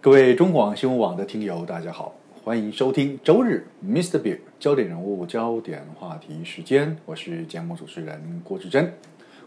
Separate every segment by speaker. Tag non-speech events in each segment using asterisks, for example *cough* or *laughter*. Speaker 1: 各位中广新闻网的听友，大家好，欢迎收听周日 Mr. Big 焦点人物、焦点话题时间，我是节目主持人郭志珍。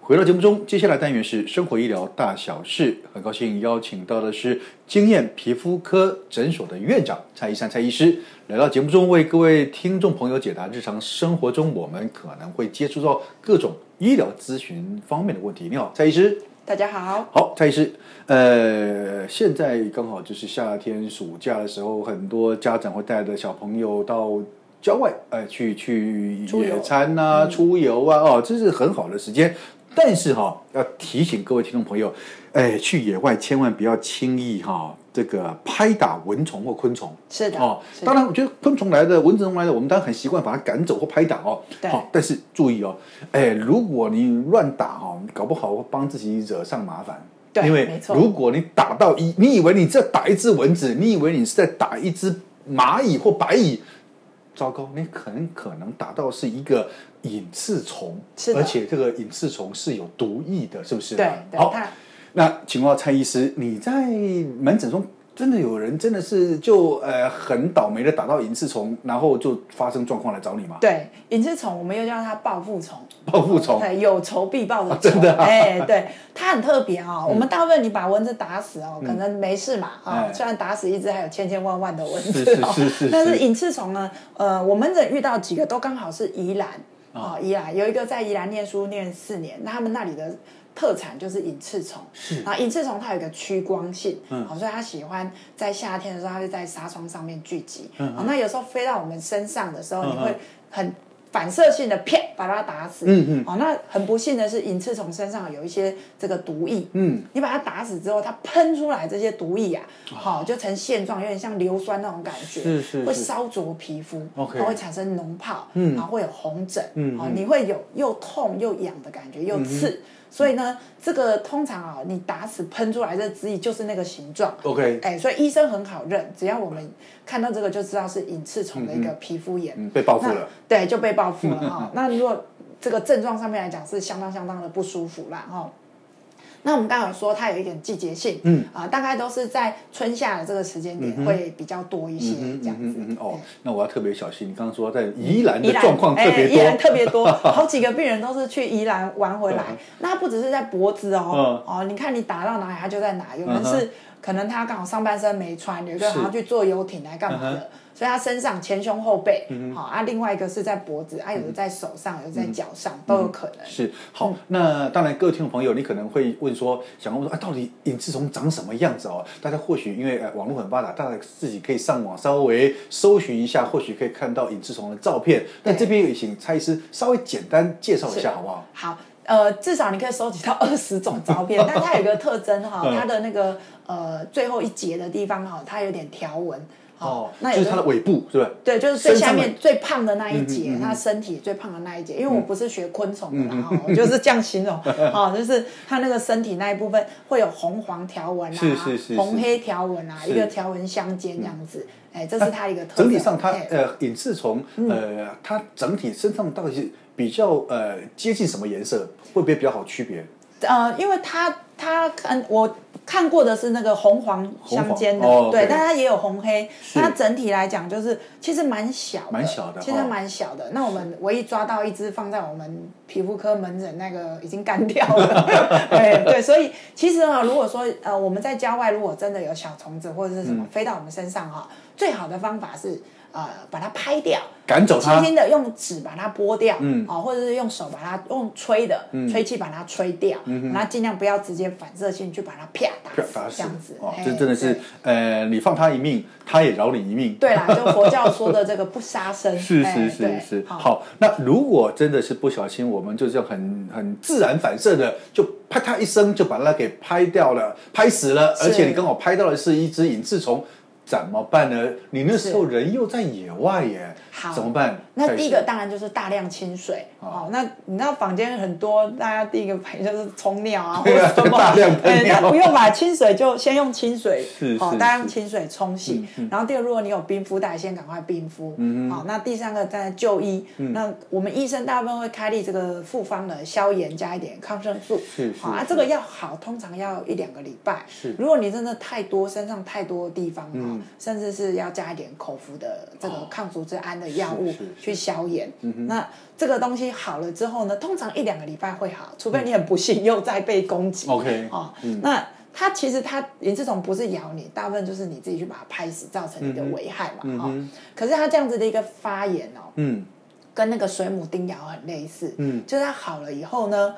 Speaker 1: 回到节目中，接下来单元是生活医疗大小事，很高兴邀请到的是经验皮肤科诊所的院长蔡医生蔡医师来到节目中，为各位听众朋友解答日常生活中我们可能会接触到各种医疗咨询方面的问题。你好，蔡医师。
Speaker 2: 大家好，
Speaker 1: 好，蔡医师，呃，现在刚好就是夏天暑假的时候，很多家长会带着小朋友到郊外，呃，去去
Speaker 2: 出游
Speaker 1: 野餐啊、出游啊，哦，这是很好的时间。但是哈、要提醒各位听众朋友，哎，去野外千万不要轻易哈、这个拍打蚊虫或昆虫。
Speaker 2: 是的，
Speaker 1: 哦，
Speaker 2: 是的
Speaker 1: 当然，我觉得昆虫来的、蚊子虫来的，我们当然很习惯把它赶走或拍打哦。
Speaker 2: 对
Speaker 1: 好、但是注意哦，哎，如果你乱打哦，你搞不好会帮自己惹上麻烦。
Speaker 2: 对
Speaker 1: 因为
Speaker 2: 没错
Speaker 1: 如果你打到一，你以为你在打一只蚊子，你以为你是在打一只蚂蚁或白蚁，糟糕，你很可能打到是一个隐翅虫，
Speaker 2: 是的
Speaker 1: 而且这个隐翅虫是有毒液的，是不是？
Speaker 2: 对对，
Speaker 1: 好，
Speaker 2: 他
Speaker 1: 那请问蔡医师，你在门诊中真的有人真的是就呃很倒霉的打到隐翅虫，然后就发生状况来找你吗？
Speaker 2: 对隐翅虫，我们又叫它报复虫，
Speaker 1: 报复虫
Speaker 2: 对，有仇必报的
Speaker 1: 啊
Speaker 2: 仇，
Speaker 1: 真的啊嗯
Speaker 2: 哎，对，它很特别哦。我们大部分你把蚊子打死哦，可能没事嘛啊
Speaker 1: 哎，
Speaker 2: 虽然打死一只还有千千万万的蚊
Speaker 1: 是
Speaker 2: 子
Speaker 1: 是
Speaker 2: 哦
Speaker 1: 是是，
Speaker 2: *laughs* 但
Speaker 1: 是
Speaker 2: 是隐翅虫呢，呃，我们这遇到几个都刚好是宜兰啊，宜兰有一个在宜兰念书念四年，那他们那里的。特产就是隐翅虫，啊
Speaker 1: 是
Speaker 2: 然后隐翅虫它有一个趋光性，啊
Speaker 1: 嗯
Speaker 2: 好、所以它喜欢在夏天的时候，它就在纱窗上面聚集。啊
Speaker 1: 嗯嗯
Speaker 2: 好那有时候飞到我们身上的时候，
Speaker 1: 嗯
Speaker 2: 你
Speaker 1: 嗯
Speaker 2: 会很反射性的啪把它打死。
Speaker 1: 嗯嗯
Speaker 2: 哦，那很不幸的是，隐翅虫身上有一些这个毒液。
Speaker 1: 嗯，哦
Speaker 2: 你把它打死之后，它喷出来这些毒液啊，好、就成线状，有点像硫酸那种感觉，
Speaker 1: 是是
Speaker 2: 会
Speaker 1: 是
Speaker 2: 烧灼皮肤
Speaker 1: OK
Speaker 2: 然后会产生脓泡，
Speaker 1: 嗯
Speaker 2: 然后会有红疹，
Speaker 1: 嗯
Speaker 2: 好、
Speaker 1: 嗯
Speaker 2: 你会有又痛又痒的感觉，又刺。所以呢，这个通常啊、你打死喷出来这汁液就是那个形状，
Speaker 1: OK
Speaker 2: 哎，所以医生很好认，只要我们看到这个就知道是隐翅虫的一个皮肤炎，
Speaker 1: 嗯，被报复
Speaker 2: 那
Speaker 1: 了。
Speaker 2: 对，就被报复了
Speaker 1: *laughs*
Speaker 2: 哈、那如果这个症状上面来讲是相当相当的不舒服啦哈、那我们刚刚有说它有一点季节性，
Speaker 1: 嗯
Speaker 2: 啊、大概都是在春夏的这个时间点会比较多一些、
Speaker 1: 嗯
Speaker 2: 这样子。嗯
Speaker 1: 嗯嗯嗯哦，那我要特别小心。你刚刚说在宜兰的
Speaker 2: 宜兰
Speaker 1: 状况特别
Speaker 2: 哎宜
Speaker 1: 多，
Speaker 2: 兰特别
Speaker 1: *laughs*
Speaker 2: 多，好几个病人都是去宜兰玩回来
Speaker 1: 嗯。
Speaker 2: 那不只是在脖子哦，哦，你看你打到哪里，他就在哪。有人
Speaker 1: 嗯
Speaker 2: 是可能他刚好上半身没穿，有一个好像去坐游艇来干嘛
Speaker 1: 嗯
Speaker 2: 的，所以他身上前胸后背，好啊，另外一个是在脖子，
Speaker 1: 嗯
Speaker 2: 啊，有的在手上，有的在脚上，都有可能。
Speaker 1: 是
Speaker 2: 嗯
Speaker 1: 好。那当然，各位听众朋友，你可能会问说，想问说啊，到底隐翅虫长什么样子哦？大家或许因为呃网络很发达，大家自己可以上网稍微搜寻一下，或许可以看到隐翅虫的照片。那
Speaker 2: 对
Speaker 1: 这边也请蔡医师稍微简单介绍一下好不好？
Speaker 2: 好，呃，至少你可以收集到二十种照
Speaker 1: *laughs*
Speaker 2: 片，但它有一个特征哈，
Speaker 1: 嗯
Speaker 2: 它的那个呃最后一节的地方哈，它有点条纹。好那有
Speaker 1: 哦就是
Speaker 2: 的
Speaker 1: 它的尾部，是不是？
Speaker 2: 对，就是最下
Speaker 1: 身上
Speaker 2: 面最胖的那一节
Speaker 1: 嗯嗯嗯，嗯
Speaker 2: 他身体最胖的那一节。因为我不是学昆虫的啦，哈，我就是这样形容，哈，就是他那个身体那一部分会有红黄条纹
Speaker 1: 是
Speaker 2: 啊
Speaker 1: 是是是，
Speaker 2: 红黑条纹啊，
Speaker 1: 是嗯
Speaker 2: 一个条纹相间这样子。哎，这是它一个特
Speaker 1: 整体
Speaker 2: 色
Speaker 1: 上它
Speaker 2: 哎嗯
Speaker 1: 呃隐翅虫呃它整体身上到底是比较呃接近什么颜色，会不会比较好区别？
Speaker 2: 呃，因为它它看我看过的是那个红黄相间的，
Speaker 1: 红黄哦
Speaker 2: 对，
Speaker 1: 对
Speaker 2: 但它也有红黑。
Speaker 1: 是
Speaker 2: 它整体来讲就是其实蛮小的，
Speaker 1: 蛮小的
Speaker 2: 其实它
Speaker 1: 哦
Speaker 2: 蛮小的。那我们唯一抓到一只放在我们皮肤科门诊那个已经干掉
Speaker 1: *laughs*
Speaker 2: 了，哎对，所以其实啊，如果说呃我们在郊外如果真的有小虫子或者是什
Speaker 1: 嗯
Speaker 2: 么飞到我们身上哈，最好的方法是呃把它拍掉。
Speaker 1: 赶走
Speaker 2: 轻
Speaker 1: 它，
Speaker 2: 轻的用纸把它拨掉，
Speaker 1: 嗯
Speaker 2: 哦，或者是用手把它用吹的、吹气把它吹掉，然后尽量不要直接反射性去把它啪打
Speaker 1: 嗯啪
Speaker 2: 死，
Speaker 1: 打
Speaker 2: 这
Speaker 1: 死
Speaker 2: 样子，
Speaker 1: 哦
Speaker 2: 嘿，
Speaker 1: 这真的是
Speaker 2: 对
Speaker 1: 呃你放它一命，它也饶你一命。
Speaker 2: 对啦，就佛教说的这个不杀生，
Speaker 1: *laughs* 是
Speaker 2: 哎
Speaker 1: 是是
Speaker 2: 对
Speaker 1: 是，
Speaker 2: 好
Speaker 1: 好，那如果真的是不小心，我们就这样很很自然反射的，就啪嗒一声就把它给拍掉了，拍死了，
Speaker 2: 是
Speaker 1: 而且你刚好拍到的是一只隐翅虫，怎么办呢？你那时候人又在野外耶，
Speaker 2: 好，
Speaker 1: 怎么办？
Speaker 2: 那第一个当然就是大量清水。
Speaker 1: 啊
Speaker 2: 哦，那你知道坊间很多，大家第一个反应就是冲尿啊，或者什么，
Speaker 1: 大量
Speaker 2: 哎
Speaker 1: 喷尿
Speaker 2: 那不用吧，清水就先用清水
Speaker 1: 是，
Speaker 2: 哦
Speaker 1: 是，
Speaker 2: 大
Speaker 1: 是嗯
Speaker 2: 量清水冲洗。然后第二，如果你有冰敷袋，先赶快冰敷。好，那第三个当然就医。
Speaker 1: 嗯
Speaker 2: 那我们医生大部分会开立这个复方的消炎加一点抗生素。
Speaker 1: 是是
Speaker 2: 好啊，
Speaker 1: 是
Speaker 2: 这个要好，通常要一两个礼拜。
Speaker 1: 是嗯
Speaker 2: 如果你真的太多，身上太多地方啊，甚至是要加一点口服的这个抗组织胺的药物
Speaker 1: 哦是嗯是
Speaker 2: 去消炎。那这个东西好了之后呢，通常一两个礼拜会好，除非你很不幸又再被攻击。
Speaker 1: 嗯 OK 嗯
Speaker 2: 哦，那它其实它林志虫不是咬你，大部分就是你自己去把它拍死，造成你的危害嘛。哈、
Speaker 1: 嗯哼
Speaker 2: 可是它这样子的一个发炎哦，
Speaker 1: 嗯
Speaker 2: 跟那个水母叮咬很类似。
Speaker 1: 嗯
Speaker 2: 就是它好了以后呢，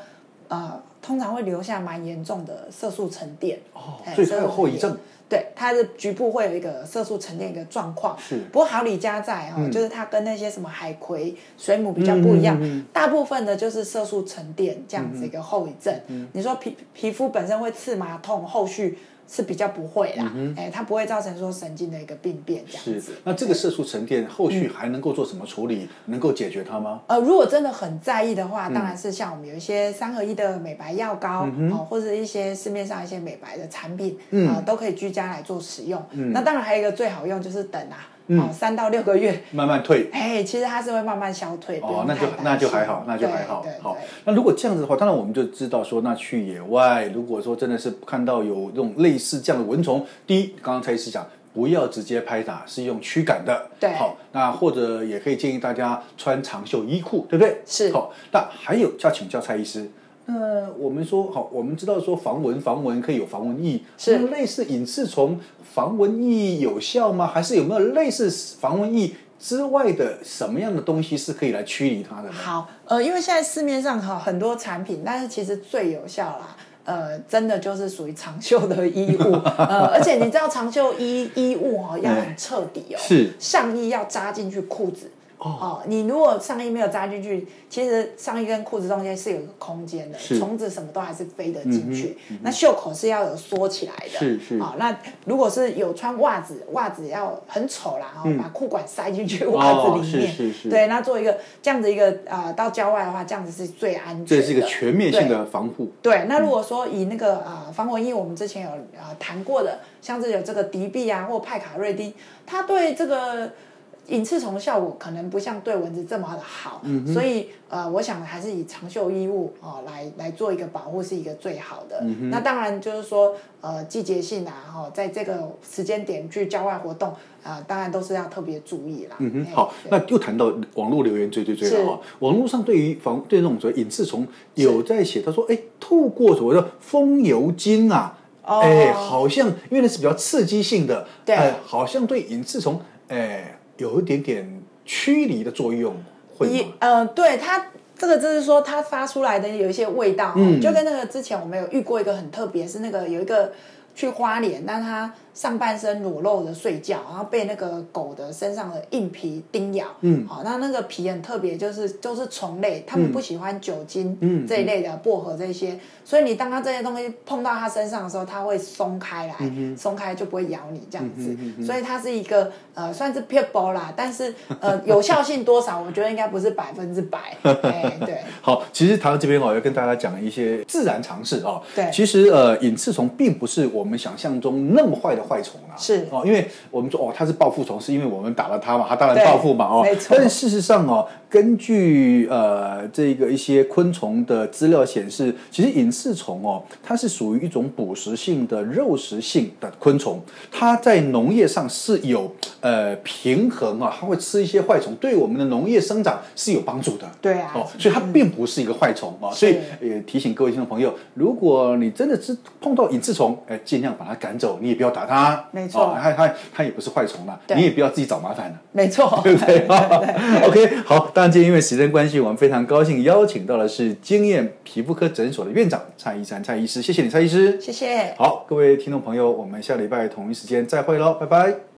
Speaker 2: 呃，通常会留下蛮严重的色素沉淀。
Speaker 1: 哦
Speaker 2: 哎，
Speaker 1: 所以它有后遗。
Speaker 2: 色素沉
Speaker 1: 症
Speaker 2: 淀对，它的局部会有一个色素沉淀一个状况。
Speaker 1: 是
Speaker 2: 不过好李家在哦，
Speaker 1: 嗯
Speaker 2: 就是它跟那些什么海葵、水母比较不一样，
Speaker 1: 嗯嗯嗯嗯
Speaker 2: 大部分的就是色素沉淀这样子一个后遗症。
Speaker 1: 嗯
Speaker 2: 你说皮皮肤本身会刺麻痛，后续是比较不会啦，哎、它不会造成说神经的一个病变这样
Speaker 1: 嗯是
Speaker 2: 子。。嗯
Speaker 1: 那这个色素沉淀后续还能够做什么处理？能够解决它吗？
Speaker 2: 呃，如果真的很在意的话，
Speaker 1: 嗯
Speaker 2: 当然是像我们有一些三合一的美白药膏，哦，或者一些市面上一些美白的产品，
Speaker 1: 嗯
Speaker 2: 啊、都可以居家来做使用。那当然还有一个最好用就是等啊，
Speaker 1: 嗯
Speaker 2: 哦，三到六个月，
Speaker 1: 慢慢退。
Speaker 2: 哎、其实它是会慢慢消退，不
Speaker 1: 哦
Speaker 2: 用，
Speaker 1: 那就
Speaker 2: 太担心
Speaker 1: 那就还好，那就还好
Speaker 2: 对。对
Speaker 1: 好
Speaker 2: 对，
Speaker 1: 那如果这样子的话，当然我们就知道说，那去野外，如果说真的是看到有这种类似这样的蚊虫，第一，刚刚蔡医师讲。不要直接拍打，是用驱赶的。
Speaker 2: 对
Speaker 1: 好，那或者也可以建议大家穿长袖衣裤，对不对？
Speaker 2: 是
Speaker 1: 好，那还有要请教蔡医师，那我们说好，我们知道说防蚊，防蚊可以有防蚊液，
Speaker 2: 是
Speaker 1: 那类似隐翅虫防蚊液有效吗？还是有没有类似防蚊液之外的什么样的东西是可以来驱离它的呢？
Speaker 2: 好，呃，因为现在市面上哈很多产品，但是其实最有效啦。呃，真的就是属于长袖的衣物，呃，而且你知道长袖衣衣物哦要很彻底哦，
Speaker 1: 哎是
Speaker 2: 上衣要扎进去裤子
Speaker 1: 哦
Speaker 2: 你如果上衣没有扎进去，其实上衣跟裤子中间是有一个空间的，
Speaker 1: 是嗯
Speaker 2: 虫子什么都还是飞得进去，那袖口是要有缩起来的，
Speaker 1: 是是
Speaker 2: 好、那如果是有穿袜子，袜子要很丑啦，哦，把裤管塞进去袜子里
Speaker 1: 嗯
Speaker 2: 面，
Speaker 1: 哦是是是
Speaker 2: 对，那做一个这样子一个啊、呃到郊外的话，这样子是最安全的。
Speaker 1: 这是一个全面性的防护。
Speaker 2: 对。对，那如果说以那个啊、呃防蚊液，我们之前有啊、呃谈过的，像是有这个迪碧啊或派卡瑞丁，它对这个隐翅虫效果可能不像对蚊子这么的好，
Speaker 1: 嗯
Speaker 2: 所以呃，我想还是以长袖衣物啊、哦来来做一个保护是一个最好的。
Speaker 1: 嗯
Speaker 2: 那当然就是说呃季节性啊，哈、在这个时间点去郊外活动啊、呃当然都是要特别注意啦。嗯
Speaker 1: 嗯，好，那又谈到网络留言最最最了啊！网络上对于防对那种所谓隐翅虫有在写，他说，哎，透过所谓的风油精啊，
Speaker 2: 哦
Speaker 1: 哎、好像因为那是比较刺激性的，
Speaker 2: 对
Speaker 1: 哎好像对隐翅虫，哎，有一点点驱离的作用，会
Speaker 2: 一
Speaker 1: 吗？
Speaker 2: 呃，对它这个就是说它发出来的有一些味道、哦，
Speaker 1: 嗯
Speaker 2: 就跟那个之前我们有遇过一个很特别，是那个有一个去花莲，但他上半身裸露着睡觉，然后被那个狗的身上的硬皮叮咬，
Speaker 1: 嗯
Speaker 2: 好、那那个皮很特别，就是都、是虫类，它们不喜欢酒精，
Speaker 1: 嗯
Speaker 2: 这一类的薄荷这些，所以你当它这些东西碰到它身上的时候，它会松开来，
Speaker 1: 嗯
Speaker 2: 松开就不会咬你这样子，所以它是一个呃算是 p i t b u l 啦，但是呃 *laughs* 有效性多少，我觉得应该不是百分之
Speaker 1: *laughs*
Speaker 2: 百，哎对，
Speaker 1: 好，其实台湾这边哦，要跟大家讲一些自然常识哦。
Speaker 2: 对
Speaker 1: 其实呃，隐翅虫并不是我们想象中那么坏的坏虫啊。
Speaker 2: 是
Speaker 1: 哦，因为我们说哦，它是报复虫，是因为我们打了它嘛，它当然
Speaker 2: 对
Speaker 1: 报复嘛哦。
Speaker 2: 没错
Speaker 1: 但是事实上哦，根据呃这个一些昆虫的资料显示，其实隐翅虫哦，它是属于一种捕食性的肉食性的昆虫，它在农业上是有呃平衡啊，它会吃一些坏虫，对我们的农业生长是有帮助的。
Speaker 2: 对啊
Speaker 1: 哦，所以它并不是一个坏虫啊，所以也提醒各位听众朋友，如果你真的是碰到隐翅虫，哎，尽量把它赶走，你也不要打它，
Speaker 2: 没错
Speaker 1: 哦它它它也不是坏虫啦，
Speaker 2: 对
Speaker 1: 你也不要自己找麻烦了。
Speaker 2: 没错， *laughs*
Speaker 1: 对不对 *laughs* ？OK，好，当然今天因为时间关系，我们非常高兴邀请到的是经验皮肤科诊所的院长蔡医生，蔡医师，谢谢你，蔡医师。
Speaker 2: 谢谢。
Speaker 1: 好，各位听众朋友，我们下礼拜同一时间再会喽，拜拜。